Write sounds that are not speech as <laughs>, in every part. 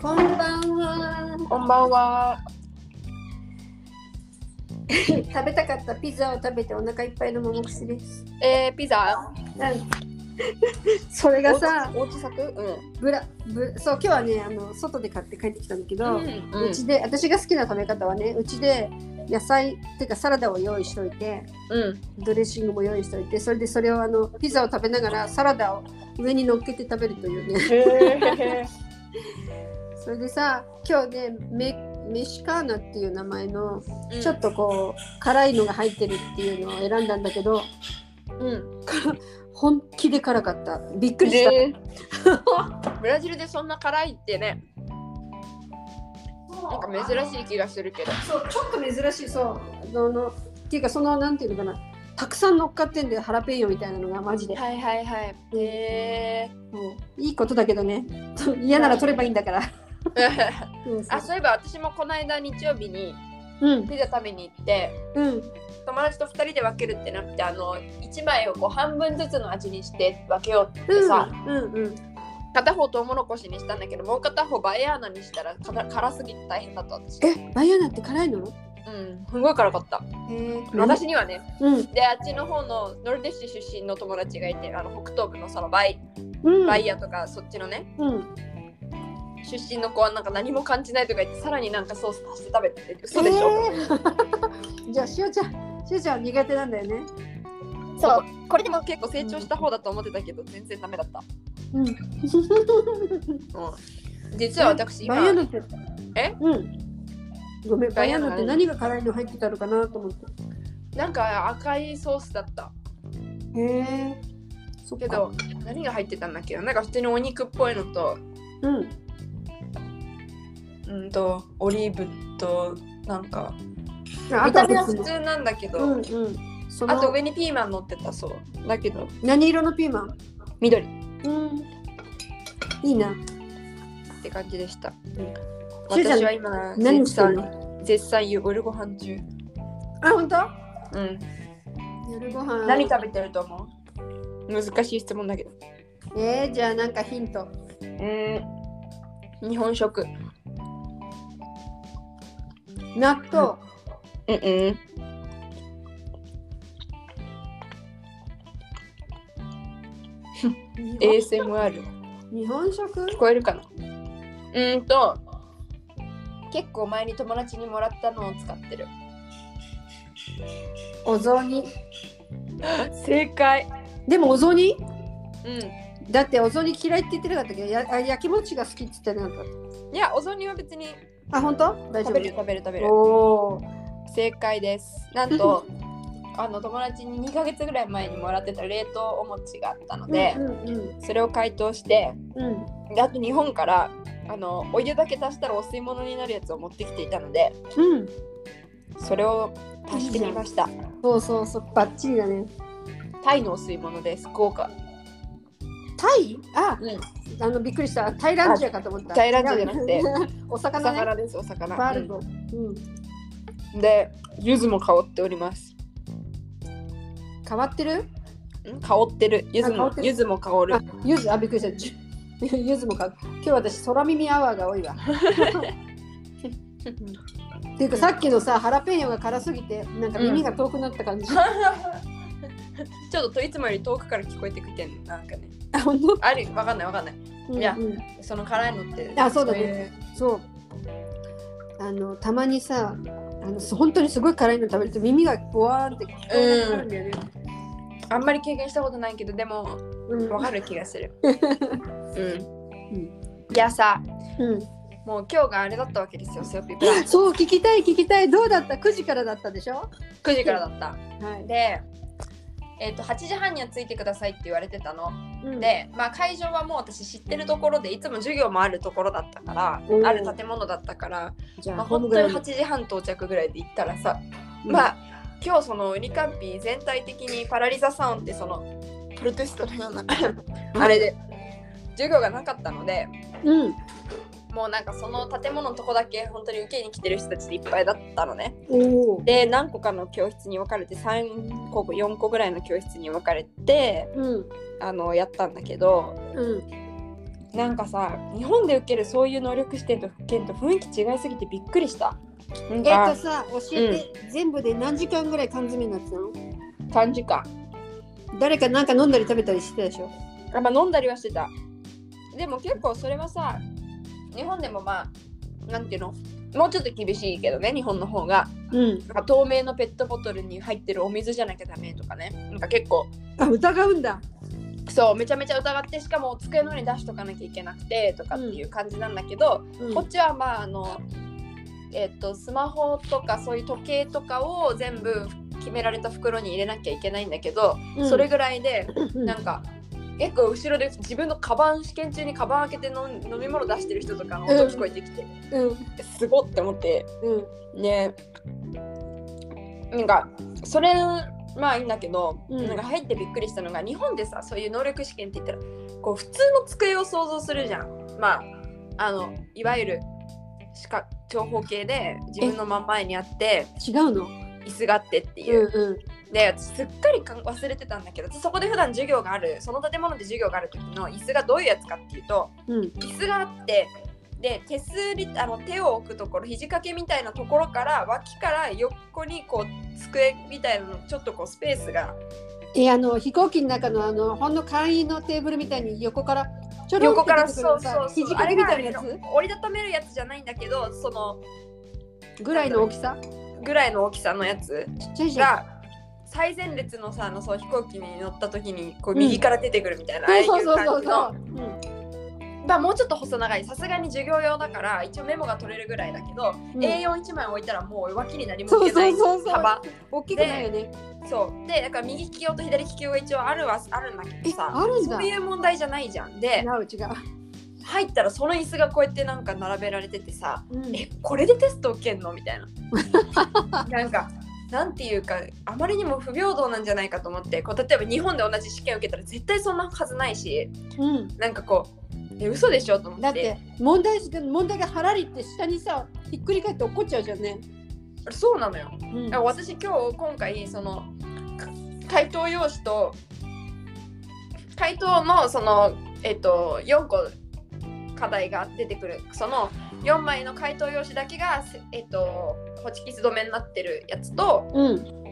こんばんは。こんばんは。食べたかったピザを食べてお腹いっぱいの桃口です。えー、ピザ。うんそれがさ、大きさく。う。ブラブそう今日はねあの外で買って帰ってきたんだけど、うんうん。ちで私が好きな食べ方はねうちで野菜っていうかサラダを用意しといてうん。ドレッシングも用意しといてそれでそれをあのピザを食べながらサラダを上に乗っけて食べるというね。 <laughs> へえ。それでさ今日ねメメシカーナっていう名前のちょっとこう辛いのが入ってるっていうのを選んだんだけどうん。本気で辛かったびっくりした、で。 <laughs> ブラジルでそんな辛いってね、なんか珍しい気がするけど。そうちょっと珍しいそうそのっていうかそのなんていうのかなたくさん乗っかってんだよハラペーニョみたいなのがマジで、はいはいはい。へえ。もういいことだけどね <laughs> そう嫌なら取ればいいんだからうんあ、そういえば私もこの間日曜日にうんピザ食べに行って、うん友達と二人で分けるってなって、あの一枚をこう半分ずつの味にして分けようっうてんさ、うんうん片方トウモロコシにしたんだけど、もう片方バエアーナにしたらかた辛すぎて大変だった私。えバイアナって辛いのうん、すごい辛かった。へえ私にはね、うんで、あっちの方のノルディッシュ出身の友達がいて、あの北東部のそのバイうんバイヤとか、そっちのね、うん出身の子はなんか何も感じないとか言って、さらになんかソース足して食べてて、嘘でしょ、えー <laughs> じゃあしおちゃんしおちゃんは苦手なんだよねそう、これでも結構成長した方だと思ってたけど、全然ダメだった。うん <laughs> うん、実は私、今バイアナってえうんごめんババイイアアナナって何が辛いの入ってたのかなと思ってなんか赤いソースだったへえそっけかど、何が入ってたんだっけな、なんか普通にお肉っぽいのと、うんうんと、オリーブと、なんか、あと見た目はは普別に通なんだけど、うんうんそあとの上にピーマン乗ってたそうだけど何色のピーマン緑っうんいいなて感じでした、しゅうちゃん私は今何絶してる賛の絶賛夜ご飯中、あ本当うん、夜ご飯何食べてると思う難しい質問だけどえー、じゃあなんかヒントうん日本食納豆うんうん日本 ASMR 日本食聞こえるかなうーんと結構前に友達にもらったのを使ってるお雑煮正解でもお雑煮うんだってお雑煮嫌いって言ってなかったけどやあ焼きもちが好きって言ってなかっいやお雑煮は別にたあ本当大丈食べる夫食べる食べるおお正解ですなんと <laughs> あの友達に2ヶ月ぐらい前にもらってた冷凍お餅があったのでう、んうんそれを解凍してうんであと日本からあのお湯だけ足したらお吸い物になるやつを持ってきていたのでうん、うん、それを足してみましたそうそうそうバッチリだねタイのお吸い物です豪華、タイあうん、あのびっくりしたタイランチアかと思ったタイランチアじゃなくて <laughs> おお魚ね魚ですお魚バルド、うん、うんで柚子も香っております変わってるん香ってる柚子あ香もってる柚子も香るあゆずあびっくりした <laughs> じゅゆずもか今日私空耳アワーが多いわうんっていうかさっきのさハラペーニョが辛すぎてなんか耳が遠くなった感じ、 <laughs> あ <laughs> ちょっとといつもより遠くから聞こえてきてんなんかね本当あるわかんないわかんないいやうんうんその辛いのってあそうだねそうあのたまにさあのす本当にすごい辛いの食べると耳がボワーンって聞こえなくなるんだよね、あんまり経験したことないけどでもうんわかる気 <laughs> がする。うん。うんいやさ、うんもう今日があれだったわけですよ、セオピプラ <laughs> あ。そう聞きたい聞きたいどうだった9時からだったでしょ9時からだった。はい、で、えっと8時半には着いてくださいって言われてたの。うん、で、まあ、会場はもう私知ってるところでいつも授業もあるところだったからおーある建物だったから、じゃまああ、ホーム本グ当ラウにンド8時半到着ぐらいで行ったらさ、うんまあ今日そのウニカンピー全体的にパラリザサウンってそのプロテストのような <laughs> あれで授業がなかったので、うんもうなんかその建物のとこだけ本当に受けに来てる人たちでいっぱいだったのね。おおで何個かの教室に分かれて3個4個ぐらいの教室に分かれてうんあのやったんだけどうんなんかさ日本で受けるそういう能力試験と福建と雰囲気違いすぎてびっくりしたなえんっとかさ教えて、全部で何時間ぐらい缶詰になってたの短時間誰かなんか飲んだり食べたりしてたでしょあまあ飲んだりはしてたでも結構それはさ日本でもまあなんていうのもうちょっと厳しいけどね日本の方がうんなんか透明のペットボトルに入ってるお水じゃなきゃダメとかねなんか結構あ疑うんだそうめちゃめちゃ疑ってしかも机の上に出しとかなきゃいけなくてとかっていう感じなんだけど、うんこっちはまああのえっとスマホとかそういう時計とかを全部決められた袋に入れなきゃいけないんだけど、うんそれぐらいでうんなんか結構後ろで自分のカバン試験中にカバン開けて飲み飲み物出してる人とかの音聞こえてきて、うんすごって思ってうんねなんかそれまあいいんだけど、うんなんか入ってびっくりしたのが日本でさそういう能力試験って言ったらこう普通の机を想像するじゃんまああのいわゆる四角長方形で自分の真ん前にあって違うの椅子があってってういんう、うで私すっかりかん忘れてたんだけどそこで普段授業があるその建物で授業がある時の椅子がどういうやつかっていうとんうん椅子があってで手すりあの手を置くところ肘掛けみたいなところから脇から横にこう机みたいなのちょっとこうスペースがえあの飛行機の中のあのほんの簡易のテーブルみたいに横からちょろん横ってから出てそうくるそうさそう肘あ掛けれみがたいなやつ折りたためるやつじゃないんだけどそのぐらいの大きさぐらいの大きさのやつちっちゃいじゃんが最前列のさあのそう飛行機に乗った時にこううん右から出てくるみたいな、ああいうそ感うじそうそうそうのそう、うんまあもうちょっと細長いさすがに授業用だから一応メモが取れるぐらいだけど、うん A41 枚置いたらもう脇に何もそ置うけなそいうそうそう幅大きくないよねそうでだから右利き用と左利き用が一応あるはあるんだけえどさあるんそだう違いう問題じゃないじゃんでう違う入ったらその椅子がこうやってなんか並べられててさうんえこれでテスト受けんのみたい <laughs> ななんかなんていうかあまりにも不平等なんじゃないかと思ってこう例えば日本で同じ試験受けたら絶対そんなはずないしうんなんかこうえ嘘でしょと思ってだって問題し問題がはらりって下にさひっくり返って落っこっちゃうじゃんね。そうなのようんあ私今日今回そのか回答用紙と回答のそのえっと4個課題が出てくるその4枚の回答用紙だけがせえっとホチキス止めになってるやつとうん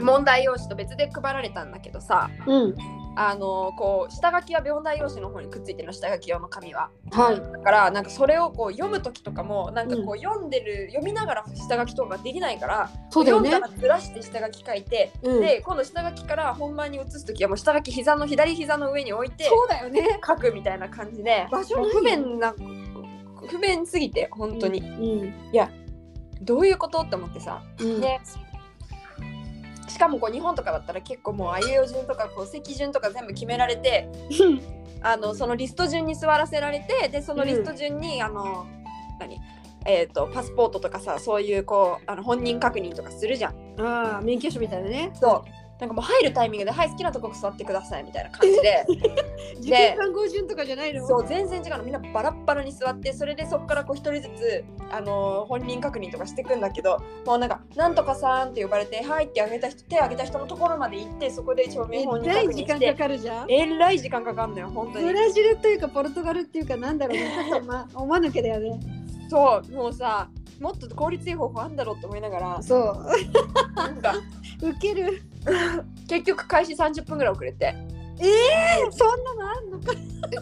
問題用紙と別で配られたんだけどさうんあのこう下書きは問題用紙の方にくっついてるの下書き用の紙ははいだからなんかそれをこう読む時とかもなんかこう読んでる、読みながら下書きとかができないからそうだよ読ねんだ。らずらして下書き書いて、うんで今度下書きから本番に移す時はもう下書き膝の左膝の上に置いてそうだよね。書くみたいな感じで場所もなうい不便な不便すぎて本当に、うんどういうことって思ってさ、うんでしかもこう日本とかだったら結構もうあいうえお順とかこう席順とか全部決められてあのそのリスト順に座らせられてでそのリスト順に、あの何えー、とパスポートとかさそういうこうあの本人確認とかするじゃん。 <laughs> ああ免許証みたいなね。そうなんかもう入るタイミングで「はい好きなとこ座ってください」みたいな感じ <laughs> で受験番号順とかじゃないの。そう全然違うのみんなバラッバラに座ってそれでそこからこう一人ずつ、あのー本人確認とかしていくんだけどもうなんか「なんとかさん」って呼ばれて「はい」ってあげた人手あげた人のところまで行ってそこで証明え本人ら確い認時し間かて。かるじゃん。えらい時間かかんのよ本当ブにラジルというかポルトガルっていうかなんだろうね。 <laughs> ちょっとまおまぬけだよね。そうもうさもっと効率いい方法あんだろうって思いながら <laughs> そな <laughs> んかう受ける。結局開始30分ぐらい遅れてそんなのあんのか。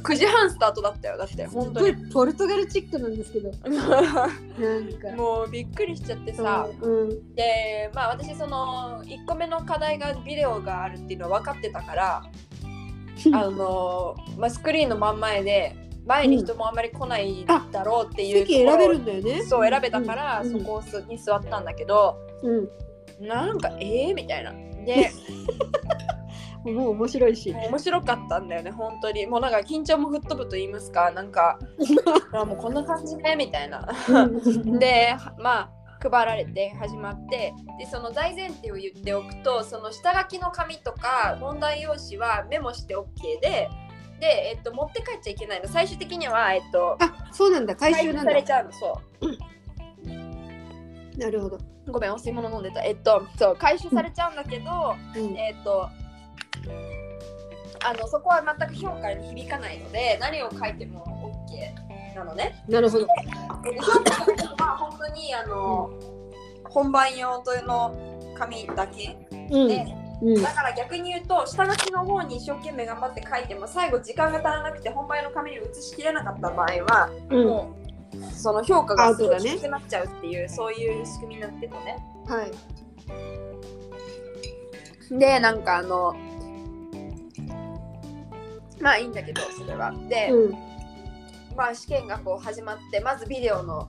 9時半スタートだったよだってすっ本当ごにいポルトガルチックなんですけど。なんか。 <laughs> もうびっくりしちゃってさうんでまあ私その1個目の課題がビデオがあるっていうのは分かってたからあの、まあ、スクリーンの真ん前で前に人もあんまり来ないだろうっていう席選べるとこんだよろね。をそう選べたから、うんそこに座ったんだけどうん、なんかええみたいな。でもう面白いし。面白かったんだよね本当にもうなんか緊張も吹っ飛ぶと言いますかな <laughs> んかあもうこんな感じねみたいなで、でまあ配られて始まってでその大前提を言っておくとその下書きの紙とか問題用紙はメモして OK でで、えっと、持って帰っちゃいけないの最終的には、えっと、あ、そうなんだ、回収なんさだ。れちゃうのそなるほど。うごめんお吸い物飲んでたえっとそう回収されちゃうんだけど、うんえっとあのそこは全く評価に響かないので何を書いても OK なのね。なるほど。で評価するのは本当にあの、本番用というの紙だけうん。で、うんだから逆に言うと下書きの方に一生懸命頑張って書いても最後時間が足らなくて本番用の紙に写しきれなかった場合は、うん。はもうその評価がすごアウいトだね低くなっちゃうっていう、そういう仕組みになっててね。い。でなんかあのまあいいんだけどそれは。で、うん。まあ試験がこう始まってまずビデオの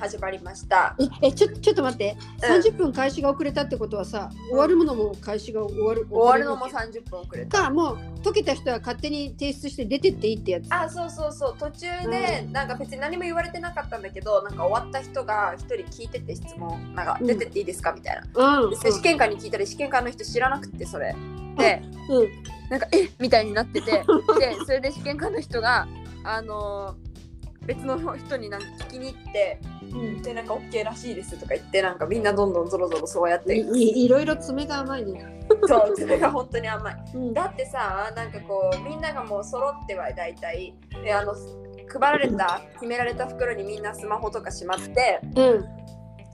始まりました。ええちょちょっと待って、うん30分開始が遅れたってことはさ、終わるものも開始が終わる終わるのもさ30分遅れた。かもう解けた人は勝手に提出して出てっていいってやつあそうそうそう途中でなんか別に何も言われてなかったんだけどなんか終わった人が一人聞いてて質問なんかうん出てっていいですかみたいな、うんで試験官に聞いたら試験官の人知らなくって <laughs> それでうんなんかえみたいになっててでそれで試験官の人があのー別の人になんか聞きに行ってうんでなんか OK らしいですとか言ってなんかみんなどんどんぞろぞろそうやっいて <laughs> いいろいろ爪が甘いね、そうそれが本当に甘いうんだってさなんかこうみんながもう揃っては大体であの配られた決められた袋にみんなスマホとかしまってうん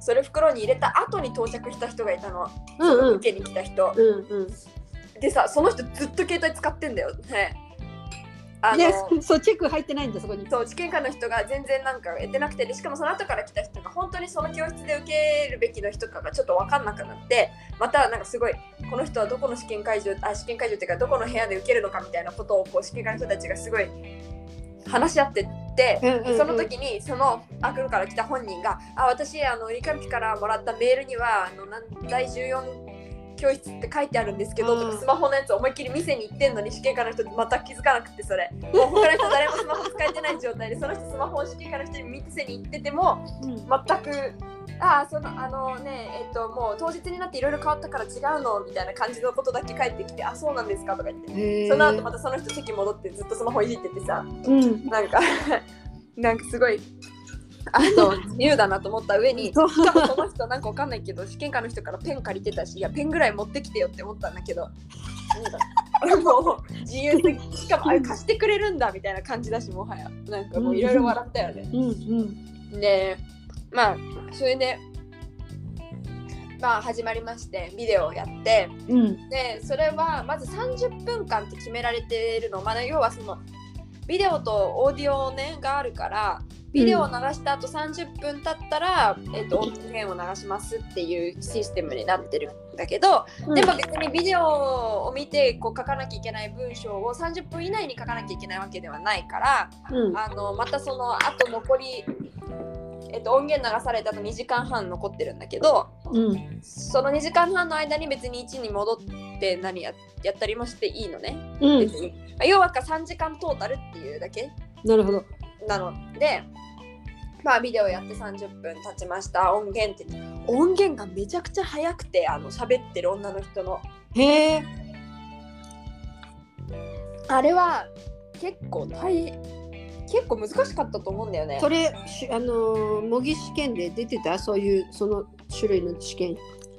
それ袋に入れた後に到着した人がいたのうんうん受けに来た人うんうんでさその人ずっと携帯使ってんだよねあでのそうチェック入ってないんだそこにそう知見官の人が全然なんか得てなくてでしかもその後から来た人が本当にその教室で受けるべきの人かがちょっと分かんなくなってまたなんかすごいこの人はどこの試験会場あ試験会場っていうかどこの部屋で受けるのかみたいなことをこう試験官の人たちがすごい話し合ってって。うんうんうんその時にそのアクルから来た本人が「あ私あのリカンピからもらったメールにはあのなん第14教室って書いてあるんですけど」とうんかスマホのやつ思いっきり見せに行ってんのに試験官の人全く気づかなくて <laughs> それもう他の人誰もスマホ使えてない状態でその人スマホを試験官の人に見せに行っててもうん <laughs> 全く。ああそのあのねえっともう当日になっていろいろ変わったから違うのみたいな感じのことだけ返ってきて「あそうなんですか」とか言ってへーその後またその人席戻ってずっとスマホいじっててさうんなんか <laughs> なんかすごいあの自由だなと思った上にしそうかもその人なんかわかんないけど試験官の人からペン借りてたしいやペンぐらい持ってきてよって思ったんだけどうんもう自由すぎしかもあれ貸してくれるんだみたいな感じだしもはやなんかもういろいろ笑ったよね。うんうんでまあそれでまあ始まりましてビデオをやって。うんでそれはまず30分間って決められているの、まあ、要はそのビデオとオーディオ、ね、があるからビデオを流した後30分経ったら、えっと音源を流しますっていうシステムになってるんだけど、でも別にビデオを見てこう書かなきゃいけない文章を30分以内に書かなきゃいけないわけではないからうんあのまたそのあと残り、えっと音源流された後2時間半残ってるんだけど。うんその2時間半の間に別に1に戻って何ややったりもしていいのね、うん別にまあ要はか3時間トータルっていうだけなるほどなのでまあビデオやって30分経ちました音源って音源がめちゃくちゃ早くてあの喋ってる女の人のへえあれは結構大結構難しかったと思うんだよねそれしあのー模擬試験で出てたそういうその種類の試験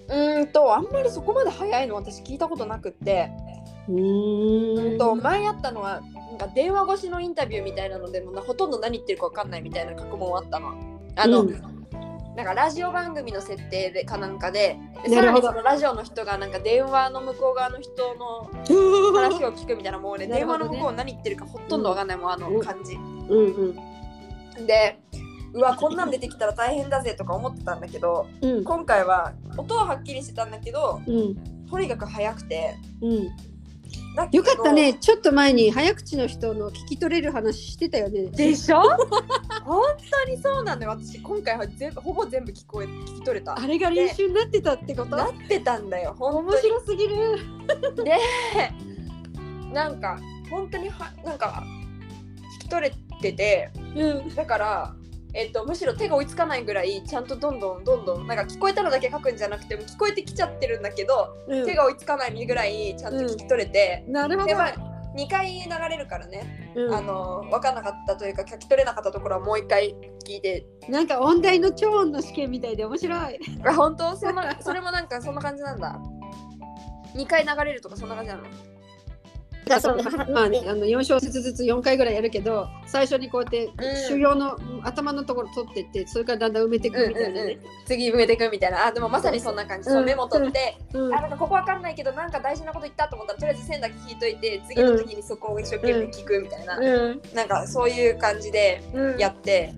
うーんとあんまりそこまで早いの私聞いたことなくってうーうんんと前あったのはなんか電話越しのインタビューみたいなのでもうなほとんど何言ってるか分かんないみたいな過去問あったの。あの、うんなんかラジオ番組の設定でかなんかででなるさらほにどそのラジオの人がなんか電話の向こう側の人の話を聞くみたいなもうねなる電ほ話どねの向こう何言ってるかほとんど分かんない、もうあのうん感じ。うんうんでうわこんなん出てきたら大変だぜとか思ってたんだけどうん今回は音ははっきりしてたんだけどうんとにかく早くて。うんだけよどかったねちょっと前に早口の人の聞き取れる話してたよねでしょ <laughs> 本当にそうなんだよ私今回は全部ほぼ全部聞こえ聞き取れたあれが練習になってたってことなってたんだよ本面当白すぎるになんか本当にはなんか聞き取れててうんだからえっと、むしろ手が追いつかないぐらいちゃんとどんどんどんどんなんか聞こえたのだけ書くんじゃなくても聞こえてきちゃってるんだけど、うん手が追いつかないぐらいちゃんと聞き取れて、なるほでどまあ2回流れるからね、うあんの分かんなかったというか書き取れなかったところはもう1回聞いてなんか音大の超音の試験みたいで面白いあ本当そんなそれもなんかそんな感じなんだ2回流れるとかそんな感じなのだからそのまあね、あの4小節ずつ4回ぐらいやるけど最初にこうやってん主要の頭のところ取ってってそれからだんだん埋めていくみたいなね。次埋めていくみたいなあでもまさにそんな感じ、うんそうメモ取って、うんあなんかここわかんないけどなんか大事なこと言ったと思ったらとりあえず線だけ引いといて次の時にそこを一生懸命聞くみたいな、うんなんかそういう感じでうんやって、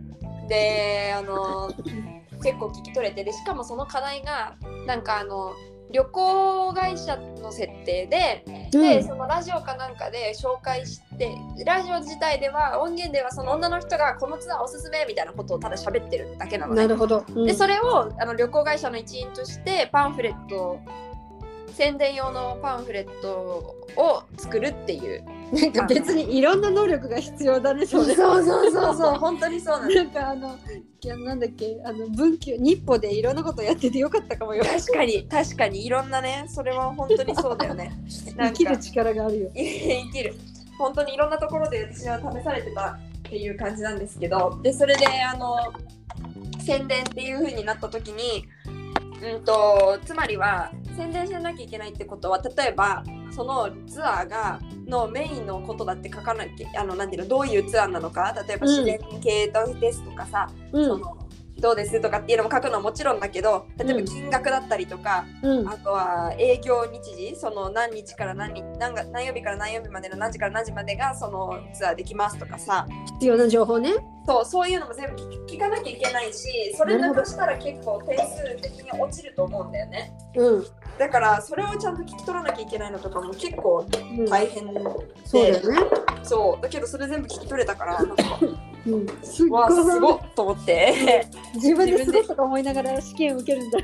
であの結構聞き取れてでしかもその課題がなんかあの旅行会社の設定で、でそのラジオかなんかで紹介してラジオ自体では音源ではその女の人がこのツアーおすすめみたいなことをただ喋ってるだけなうのんねなるほど。うんでそれをあの旅行会社の一員としてパンフレット宣伝用のパンフレットを作るっていうなんか別にいろんな能力が必要だねそれ。そうそうそうそう <laughs> 本当にそうなんですなんかあのいやなんだっけあの文久日報でいろんなことやっててよかったかもよ。確かに確かにいろんなねそれは本当にそうだ <laughs> よねなん生かきる力があるよ。生きる本当にいろんなところで私は試されてたっていう感じなんですけどでそれであの宣伝っていう風になった時に、うん、とつまりは宣伝しなきゃいけないってことは例えばそのツアーがのメインのことだって書かなきゃあのなんていうのどういうツアーなのか例えばうん自然系ですとかさ、うそんのどうですとかっていうのも書くのはもちろんだけど例えばうん金額だったりとか、うんあとは営業日時その何日から何日何が何曜日から何曜日までの何時から何時までがそのツアーできますとかさ必要な情報ね。そうそういうのも全部聞聞かなきゃいけないしそれなくしたら結構点数的に落ちると思うんだよねうん。だからそれをちゃんと聞き取らなきゃいけないのとかも結構うん大変で、そうだよね。そうだけどそれ全部聞き取れたからなんかうん。すっわあすごごいっと思って <laughs> 自分ですごいとか思いながら試験受けるんだ。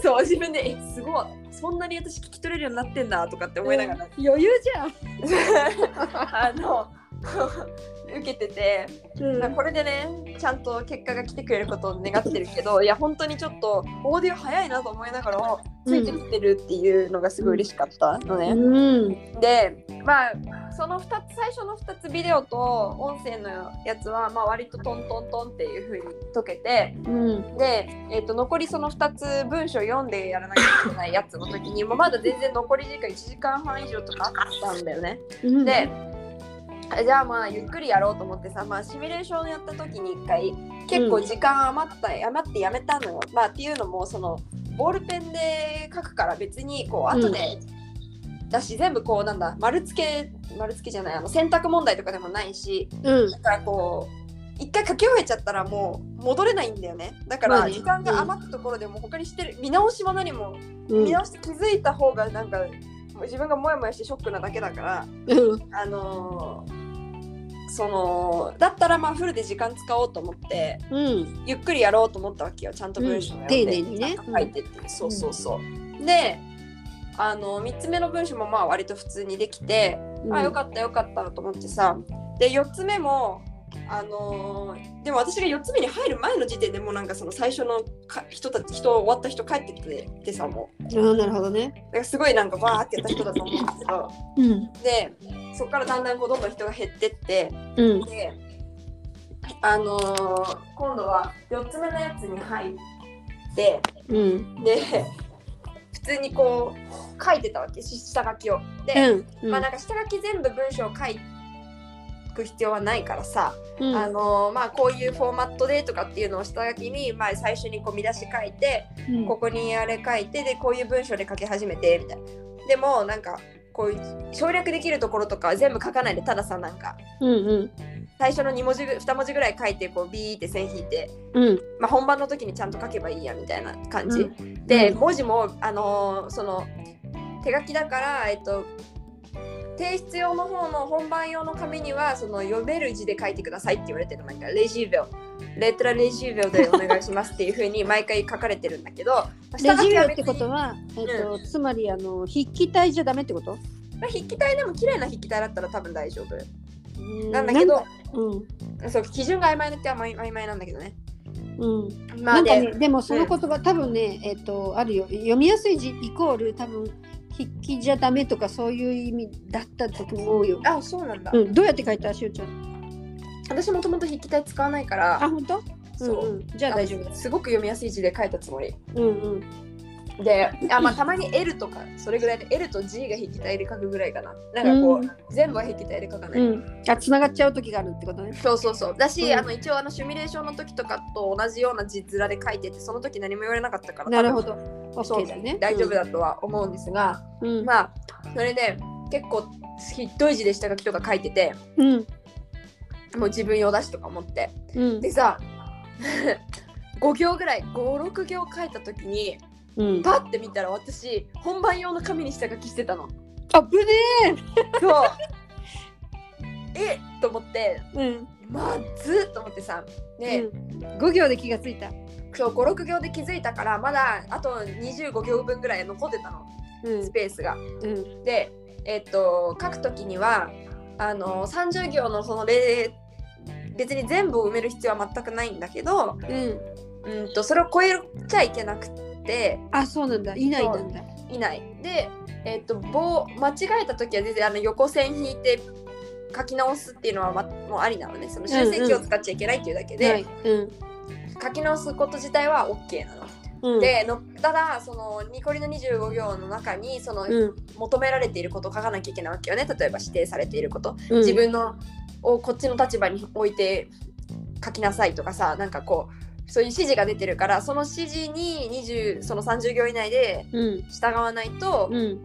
そう自分でえすごいそんなに私聞き取れるようになってんだとかって思いながらうん余裕じゃん。 <laughs> あの <laughs> 受けてて、うんまあこれでねちゃんと結果が来てくれることを願ってるけどいや本当にちょっとオーディオ早いなと思いながらついてきてるっていうのがすごい嬉しかったのね。うん。でまあその2つ最初の2つビデオと音声のやつは、まあ、割とトントントンっていう風に解けてうん。で、えー、と残りその2つ文章読んでやらなきゃいけないやつの時にもうまだ全然残り時間1時間半以上とかあったんだよね。うん。で、あじゃあまあゆっくりやろうと思ってさ、まあ、シミュレーションやった時に一回結構時間余った、余ってやめたのよ、まあ、っていうのもそのボールペンで書くから別にこう後で、だし全部こうなんだ丸付け丸付けじゃないあの選択問題とかでもないしうん。だからこう一回書き終えちゃったらもう戻れないんだよねだかまあらね時間が余ったところでもう他にしてる見直しも何もう見ん。直して気づいた方がなんか自分がモヤモヤしてショックなだけだから。うん。あのーそのだったらまあフルで時間使おうと思ってうん。ゆっくりやろうと思ったわけよちゃんと文章をやって、うん丁寧にねちゃんと書いてって、そうそうそう、であの3つ目の文章もまあ割と普通にできて、あよかったよかったと思ってさで4つ目もあのーでも私が4つ目に入る前の時点でもうなんかその最初のか人たち人終わった人帰ってててさもうああ、なるほどね。だからすごいなんかバーってやった人だと思うんだけどうん。でそこからだんだんこうどんどん人が減ってってうん。で、あのー今度は4つ目のやつに入ってうん。で普通にこう書いてたわけし下書きを。で、うん。まあなんか下書き全部文章を書く必要はないからさ、うん。あのーまあ、こういうフォーマットでとかっていうのを下書きに、まあ、最初にこう見出し書いてうんここにあれ書いてでこういう文章で書き始めてみたいな。でもなんかこういう省略できるところとかは全部書かないでたださなんかうん。最初の2文字ぐ2文字ぐらい書いてこうビーって線引いて、うん。まあ、本番の時にちゃんと書けばいいやみたいな感じ、うでうん文字も、あのーその手書きだから、えっと、提出用の方の本番用の紙にはその読める字で書いてくださいって言われてる毎回レジーベルレトラレジーベルでお願いしますっていうふう <laughs> に毎回書かれてるんだけどレジオはってことは、えっと、つまり、あの、筆記体じゃダメってこと。まあ筆記体でも綺麗な筆記体だったら多分大丈夫うんなんだけどうん。そう基準が曖昧なっては曖昧曖昧なんだけどねうん。なまあんかでね、でもその言葉、多分ね、えっ、と、あるよ。読みやすい字イコール、多分、筆記じゃダメとか、そういう意味だったと思うよ。あそうなんだ、うん、どうやって書いたしゅうちゃん。私もともと筆記体使わないからあ、本当そううんうん。じゃあ大丈夫です。すごく読みやすい字で書いたつもりうんうん。であ、まあ、たまに L とかそれぐらいで L と G が引き体で書くぐらいかななんかこう、全部は引き体で書かない、うん。あ、繋がっちゃう時があるってことね。そうそうそうだし、うんあの一応あのシミュレーションの時とかと同じような字面で書いててその時何も言われなかったからなるほど。多分そう OK だね。大丈夫だとは思うんですが、うん。まあそれで結構ひどい字で下書きとか書いててうん。もう自分用だしとか思ってうんで。さ <laughs> 5行ぐらい56行書いた時にうん。パッて見たら私本番用の紙に下書きしてたの。あぶねそう <laughs> えっと思ってえ。うん。まずっと思ってさで、うん五行で気がついた。そう56行で気づいたからまだあと25行分ぐらい残ってたのうんス。ペースが。うん。で、えっと書く時にはあの30行のその例別に全部を埋める必要は全くないんだけど、うん。うん、とそれを超えちゃいけなくてあ、そうなんだ。いないなんだ。いない。で、えっと棒間違えた時は全然あの横線引いて書き直すっていうのは、ま、もうありなのねその修正器を使っちゃいけないっていうだけで、はい。うん。書き直すこと自体は OK なの。うん。でのただそのニコリの25行の中にそのうん。求められていることを書かなきゃいけないわけよね例えば指定されていること、うん自。分のをこっちの立場に置いて書きなさいとかさなんかこうそういう指示が出てるからその指示に20その30行以内でうん。従わないとうん。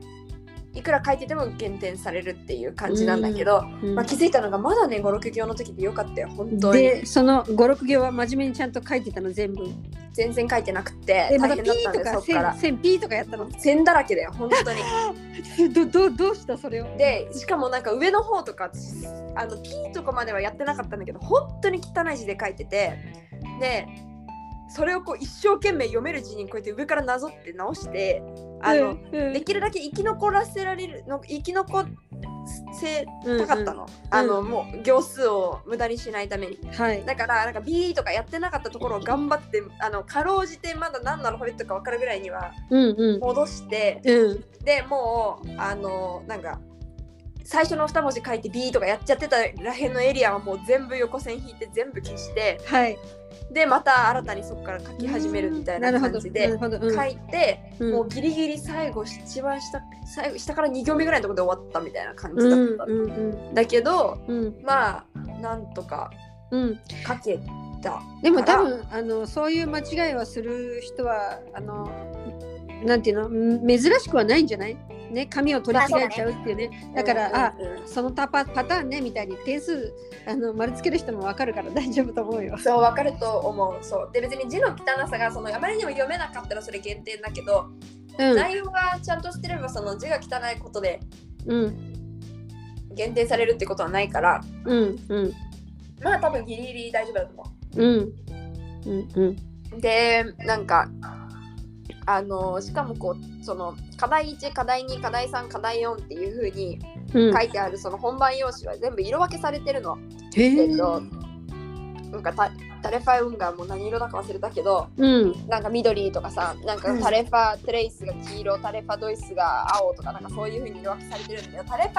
いくら書いてても減点されるっていう感じなんだけど、うんまあ、気づいたのがまだね56行の時でよかったよ本当にで、その五六行は真面目にちゃんと書いてたの全部。全然書いてなくてえ、ま大た変ピだーったんでとそかっから線線ピーとかやったの。線だらけだよ本当に。 <laughs> どどどうしたそれを。でしかもなんか上の方とかあの P とかまではやってなかったんだけど本当に汚い字で書いててでそれをこう一生懸命読める字にこうやって上からなぞって直してあの、うんできるだけ生き残らせられるの生き残せたかったの、あのもう行数を無駄にしないためにうんはい。だからなんか B とかやってなかったところを頑張ってあのかろうじてまだ何なのこれとか分かるぐらいにはうんうん。戻してうん。でもうあのなんか最初の2文字書いて B とかやっちゃってたらへんのエリアはもう全部横線引いて全部消してはい。でまた新たにそこから書き始めるみたいな感じなるでほど。なるほど書いて、うんもうギリギリ最後一番下最後下から2行目ぐらいのところで終わったみたいな感じだった、うんうんだけどうんうんまあなんとかうん。書けたでもか多ら分あのそういう間違いはする人はあのなんていうのん珍しくはないんじゃないね髪を取り違えちゃうっていうねだから、あうんうんうんそのタパパターンねみたいに点数あの丸つける人もわかるから大丈夫と思うよ。そう分かると思うそうで別に字の汚さがそのあまりにも読めなかったらそれ限定だけどうん内容がちゃんとしてればその字が汚いことでうん限定されるってことはないからうんうんまあ多分ギリギリ大丈夫だと思うんうんうんう。でなんかあのしかもこうその課題1課題2課題3課題4っていう風にうん書いてあるその本番用紙は全部色分けされてるの。へええっとなんかタタレファ運河も何色だか忘れたけどうんなんか緑とかさなんかタレファトレイスが黄色タレファドイスが青とかなんかそういう風に色分けされてるんだけどタレファ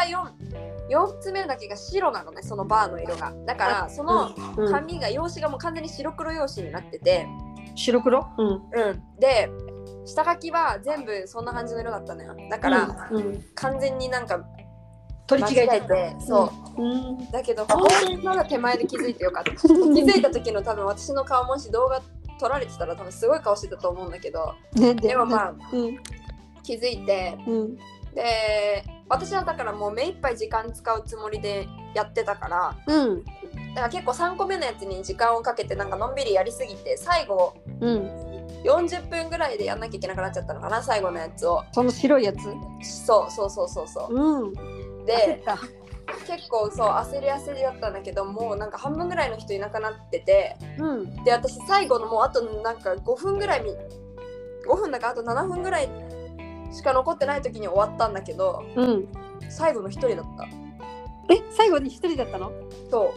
4 4つ目だけが白なのねそのバーの色がだからそのうん紙が用紙がもう完全に白黒用紙になってて、白黒うんうん、で下書きは全部そんな感じの色だったのよだから、うん完全になんか取間り違違ええちゃてったそう、うんだけど本当にまだ手前で気づいてよかった気づいた時の多分私の顔もし動画撮られてたら多分すごい顔してたと思うんだけど <laughs> ねでもまあうん気づいてうんで私はだからもう目いっぱい時間使うつもりでやってたからうんだから結構3個目のやつに時間をかけてなんかのんびりやりすぎて最後うん40分ぐらいでやんなきゃいけなくなっちゃったのかな最後のやつをその白いやつそうそうそうそうそうん焦うっでた結構そう焦り焦りだったんだけどもうなんか半分ぐらいの人いなくなっててうんで私最後のもうあとなんか5分ぐらいみ5分だかあと7分ぐらいしか残ってない時に終わったんだけどうん最後の1人だったえ最後に一人だったのそ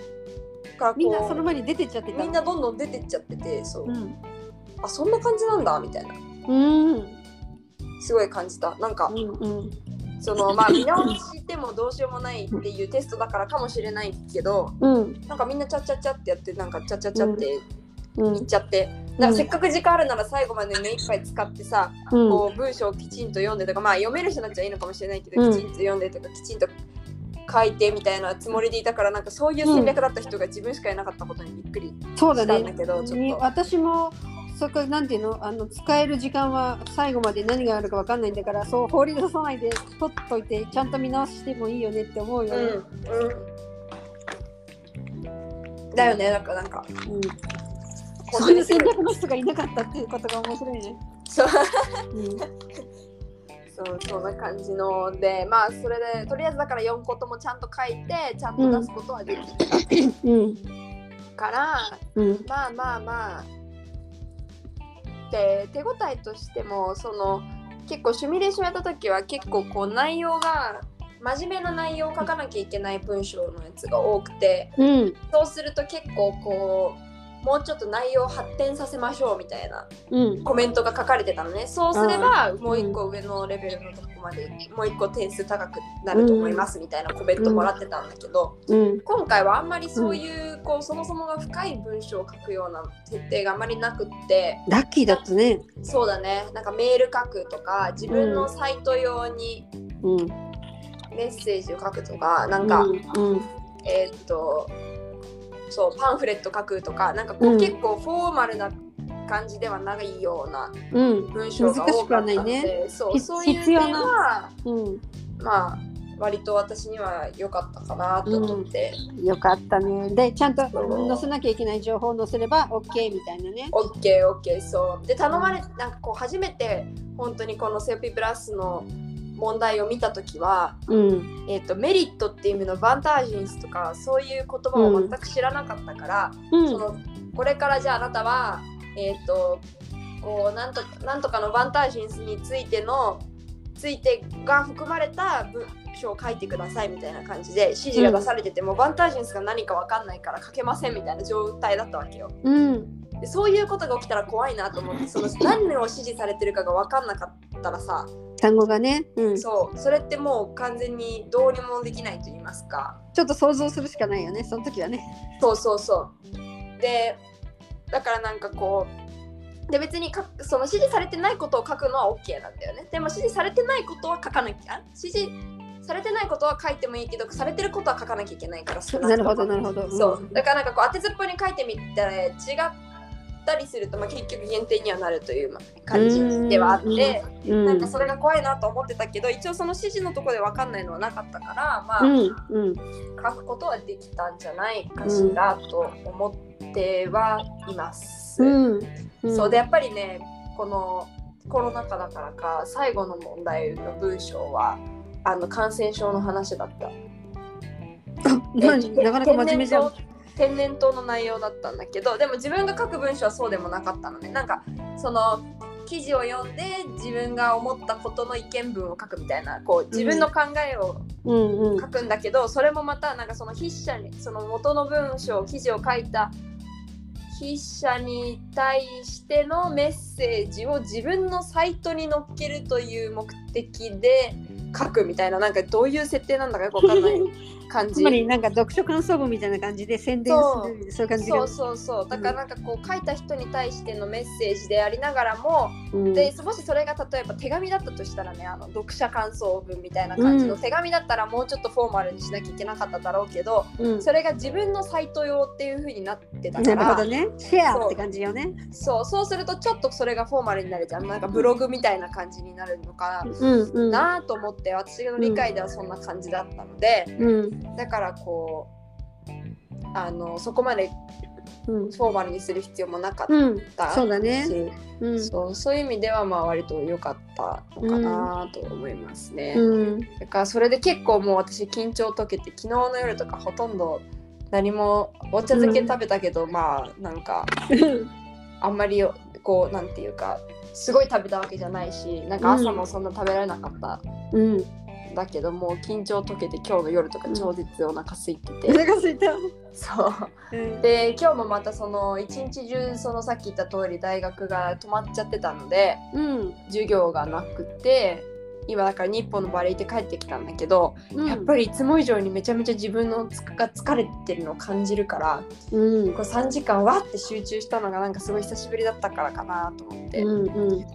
うだからこうみんなその前に出てっちゃってたのみんなどんどん出てっちゃっててそう、うんあそんな感じなんだみたいなうんすごい感じたなんかうんそのまあ見直してもどうしようもないっていうテストだからかもしれないけどうんなんかみんなチャチャチャってやってなんかチャチャチャってういっちゃって、なんかせっかく時間あるなら最後まで目いっぱい使ってさ、うんこう文章をきちんと読んでとかまあ読める人になっちゃいいのかもしれないけど、うんきちんと読んでとかきちんと書いてみたいなつもりでいたからなんかそういう戦略だった人が自分しかいなかったことにびっくりそうしだたんだね。けど、ちにょっと。私もそこなんていうのあの使える時間は最後まで何があるかわかんないんだからそう放り出さないで取っといてちゃんと見直してもいいよねって思うようね。んだよねなんかなんかうん本そ当ういにうす戦ぐ略の人がいなかったっていうことが面白いね。そううんそうそんな感じのでまあそれでとりあえずだから4個ともちゃんと書いてちゃんと出すことはできうんたから、うんまあまあまあで手応えとしてもその結構シミュレーションやった時は結構こう内容が真面目な内容を書かなきゃいけない文章のやつが多くてうんそうすると結構こうもうちょっと内容を発展させましょうみたいなうんコメントが書かれてたのねそうすればもう一個上のレベルのとこまでもう一個点数高くなると思いますみたいなコメントもらってたんだけどうん今回はあんまりそういうこうそもそもが深い文章を書くような設定があんまりなくってラッキーだったね。そうだねなんかメール書くとか自分のサイト用にうんメッセージを書くとかなんうかんうんえーっとそうパンフレット書くとかなんかこううん結構フォーマルな感じではないようなうん文章が多かった難しくはので、ないそうひそういう必点要なはうんまあ割と私には良かったかなと思って、よかったね。でちゃんとそう載せなきゃいけない情報を載せれば OK みたいなね。オッケーオッケーそうで頼まれなんかこう初めて本当にこのセオピープラスの問題を見た時は、うんえー、とメリットっていう意味のバンタージンスとかそういう言葉を全く知らなかったから、うそのこれからじゃああなたはえっ、とこうなんとなんとかのバンタージンスについてのついてが含まれた文章を書いてくださいみたいな感じで指示が出されてて、もうバンタージンスが何かわかんないから書けませんみたいな状態だったわけようんでそういうことが起きたら怖いなと思ってその何を指示されてるかが分かんなかったらさ単語がね。うんそうそれってもう完全にどうにもできないと言いますかちょっと想像するしかないよね。その時はね。そうそうそう。で、だからなんかこう、で別にかその指示されてないことを書くのは OK なんだよね。でも指示されてないことは書かなきゃ、あ指示されてないことは書いてもいいけど、されてることは書かなきゃいけないから、少なくるともほどなるほど。そう。だからなんかこう当てずっぽうに書いてみたら違ったりすると、まあ、結局限定にはなるというまあ感じではあって、うんなんかそれが怖いなと思ってたけど、一応その指示のところで分かんないのはなかったから、まあ、うんうん書くことはできたんじゃないかしらと思ってはいます。うんうん。そうでやっぱりねこのコロナ禍だからか最後の問題の文章はあの感染症の話だった。何えなかなか真面目じゃん。天然痘天然痘の内容だったんだけどでも自分が書く文章はそうでもなかったのねなんかその記事を読んで自分が思ったことの意見文を書くみたいなこう自分の考えをうんうん書くんだけどそれもまたなんかその筆者にその元の文章記事を書いた筆者に対してのメッセージを自分のサイトに載っけるという目的で書くみたいななんかどういう設定なんだかよくわかんない感つ <laughs> じま。りなんか読書感想文みたいな感じで宣伝するそういう感じそがう。そうそうだからなんかこう書いた人に対してのメッセージでありながらも、うんでもしそれが例えば手紙だったとしたらねあの読者感想文みたいな感じのうん手紙だったらもうちょっとフォーマルにしなきゃいけなかっただろうけど、うんそれが自分のサイト用っていう風になってたなかるほどら、ね。シェアって感じよね。そうそうするとちょっとそれがフォーマルになるじゃんなんかブログみたいな感じになるのかうんうんなと思って私の理解ではそんな感じだったのでうんだからこうあのそこまでうんフォーマルにする必要もなかっうんたし、そうだね。うんそうそういう意味ではまあ割と良かったのかなと思いますね。うんだからそれで結構もう私緊張解けて昨日の夜とかほとんど何もお茶漬け食べたけど、まあなんかあんまりこうなんていうかすごい食べたわけじゃないしなんか朝もそんな食べられなかった、うん。ん、だけどもう緊張解けて今日の夜とか超絶お腹空いてて、お腹空いた。そううんで今日もまたその一日中そのさっき言った通り大学が止まっちゃってたのでうん授業がなくて今だから日本のバレエ行って帰ってきたんだけど、うんやっぱりいつも以上にめちゃめちゃ自分のつが疲れてるのを感じるからうんこう3時間わって集中したのがなんかすごい久しぶりだったからかなと思って、うんうん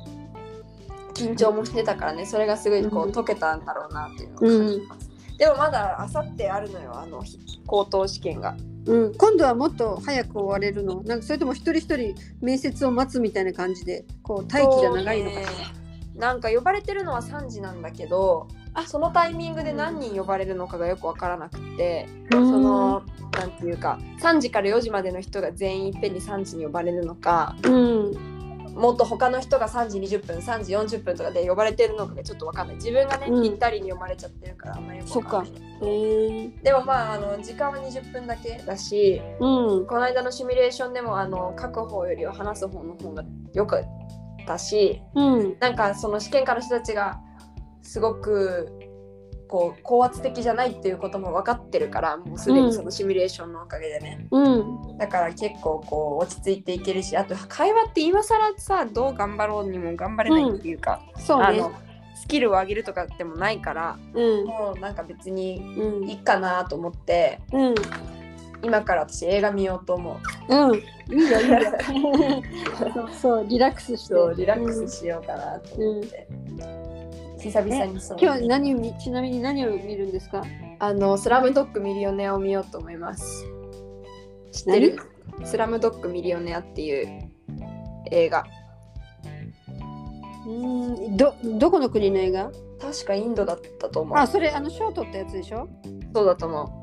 緊張もしてたからねそれがすごいこうんう解けたんだろうなっていうのを感じます、でもまだあさってあるのよあのひ高等試験がうん、今度はもっと早く終われるのなんかそれとも一人一人面接を待つみたいな感じでこう待機が長いのかしそうねなんか呼ばれてるのは3時なんだけどあそのタイミングで何人呼ばれるのかがよく分からなくて、ら、そのなんていうか3時から4時までの人が全員いっぺんに3時に呼ばれるのかうんもっと他の人が3時20分3時40分とかで呼ばれてるのかがちょっと分かんない自分がね、うんぴったりに呼ばれちゃってるからあんまりよくわんないへえでもまああの時間は20分だけだしうんこの間のシミュレーションでもあの書く方よりは話す方の方がよかったしうんなんかその試験官の人たちがすごくこう高圧的じゃないっていうことも分かってるからもうすでにそのシミュレーションのおかげでね、うんだから結構こう落ち着いていけるしあと会話って今更さどう頑張ろうにも頑張れないっていうか、そうあねのスキルを上げるとかでもないからうんもうなんか別にうんいいかなと思ってうん今から私映画見ようと思う。うんいいよいいよそうそうリラックスして <laughs> そうリラックスしようかなと思って、久々にそううん今日何を見ちなみに何を見るんですかあの「スラムドッグミリオネア」を見ようと思います知ってる「スラムドッグミリオネア」っていう映画うんどどこの国の映画確かインドだったと思うあそれあの賞取ったやつでしょそうだと思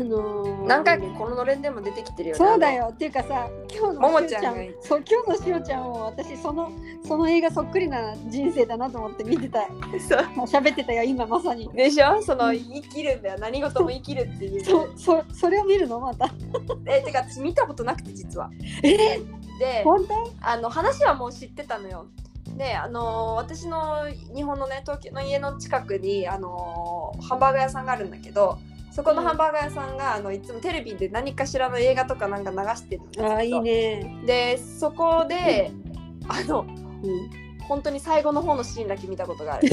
あのうー何回もこののれんでも出てきてるよねそうだよっていうかさ今日のももしおちちゃんゃんがそう今日のしおちゃんを私そのその映画そっくりな人生だなと思って見てたあのそうもう喋ってたよ今まさにでしょそのうん生きるんだよ何事も生きるっていうそそそれを見るのまたえてか私見たことなくて実はえで本当あの話はもう知ってたのよ。で、あのー私の日本のね東京の家の近くに、あのーハンバーガー屋さんがあるんだけどそこのハンバーガー屋さんが、あのいつもテレビで何かしらの映画とかなんか流してるのあーいいねね、でそこで、あのうん、本当に最後の方のシーンだけ見たこと <laughs> がある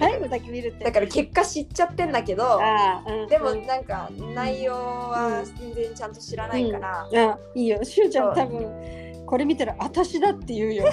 最後だけ見るってだから結果知っちゃってんだけどあー、うん、でもうんなんか内容は全然ちゃんと知らないから、あいいよしおちゃそんう多分これ見たら私だって言うよ、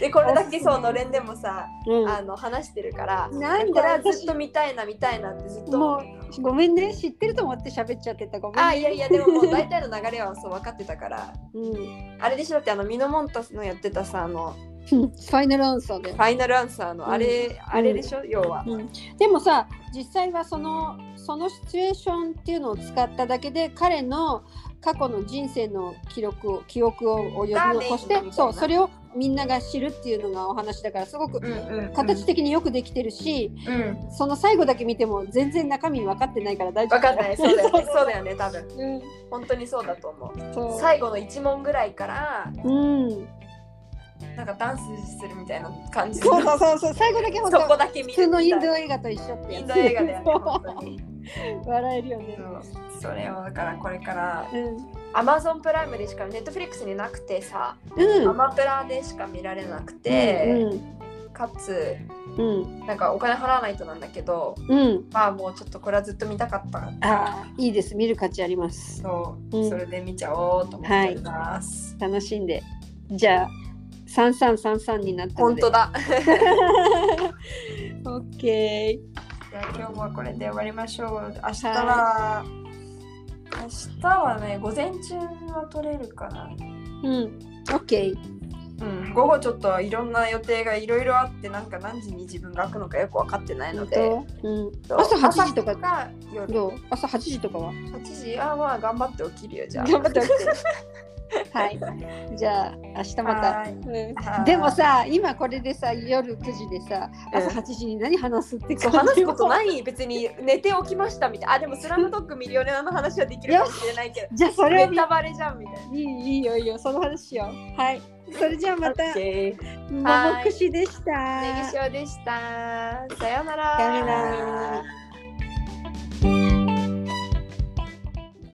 でこれだけそうのれんでもさう <laughs> あの話してるからなんこだれは私ずっと見たいな見たいなってずっと思もってうごめんね知ってると思って喋っちゃってたごめんねあいやいやでももう大体の流れはそう分かってた <laughs> からうん、フあれでしょだってあのミノモンタスのやってたさあのァイナルアンサーでファイナルアンサーのあれ、あれでしょ要は、うんでもさ実際はそのそのシチュエーションっていうのを使っただけで彼の過去の人生の記録を記憶を呼び残しがメインみたいてなそうそれをみんなが知るっていうのがお話だからすごくうんうんうん形的によくできてるし、うんその最後だけ見ても全然中身分かってないから大丈夫分かんないそうだよ <laughs> ねそうだよね多分うん本当にそうだと思うそう最後の一問ぐらいからうんなんかダンスするみたいな感じのそうそうそうそう最後だけ本そこ当だけ見普通るのインド映画と一緒ってやイつンド映画だよね本当に笑えるよねそうそれをだからこれからうんアマゾンプライムでしかネットフリックスになくてさ、うんアマプラでしか見られなくて、かつうんなんかお金払わないとなんだけどうんまあもうちょっとこれはずっと見たかったあーいいです見る価値ありますそう、うんそれで見ちゃおうと思っています、楽しんでじゃあ三三三三になったの本で当だオッケーじゃあ今日はこれで終わりましょう明日は、明日はね午前中は取れるかなうんオッケーうん午後ちょっといろんな予定がいろいろあってなんか何時に自分が開くのかよく分かってないので本当うんそう朝8時とか朝か夜どう朝8時とかは8時あまあ頑張って起きるよじゃあ頑張って起きてはいじゃあ明日またはーいうんはーいでもさ今これでさ夜9時でさ朝8時に何話すってそう話すことない別に寝て起きましたみたいなあでも「スラムドッグミリオネアの話はできるかもしれないけどじゃあそれネをタバレじゃんみたいないいいいよいいよその話しようはいそれじゃあまた OK ねももくしでしたぎしおでしたさようならさようなら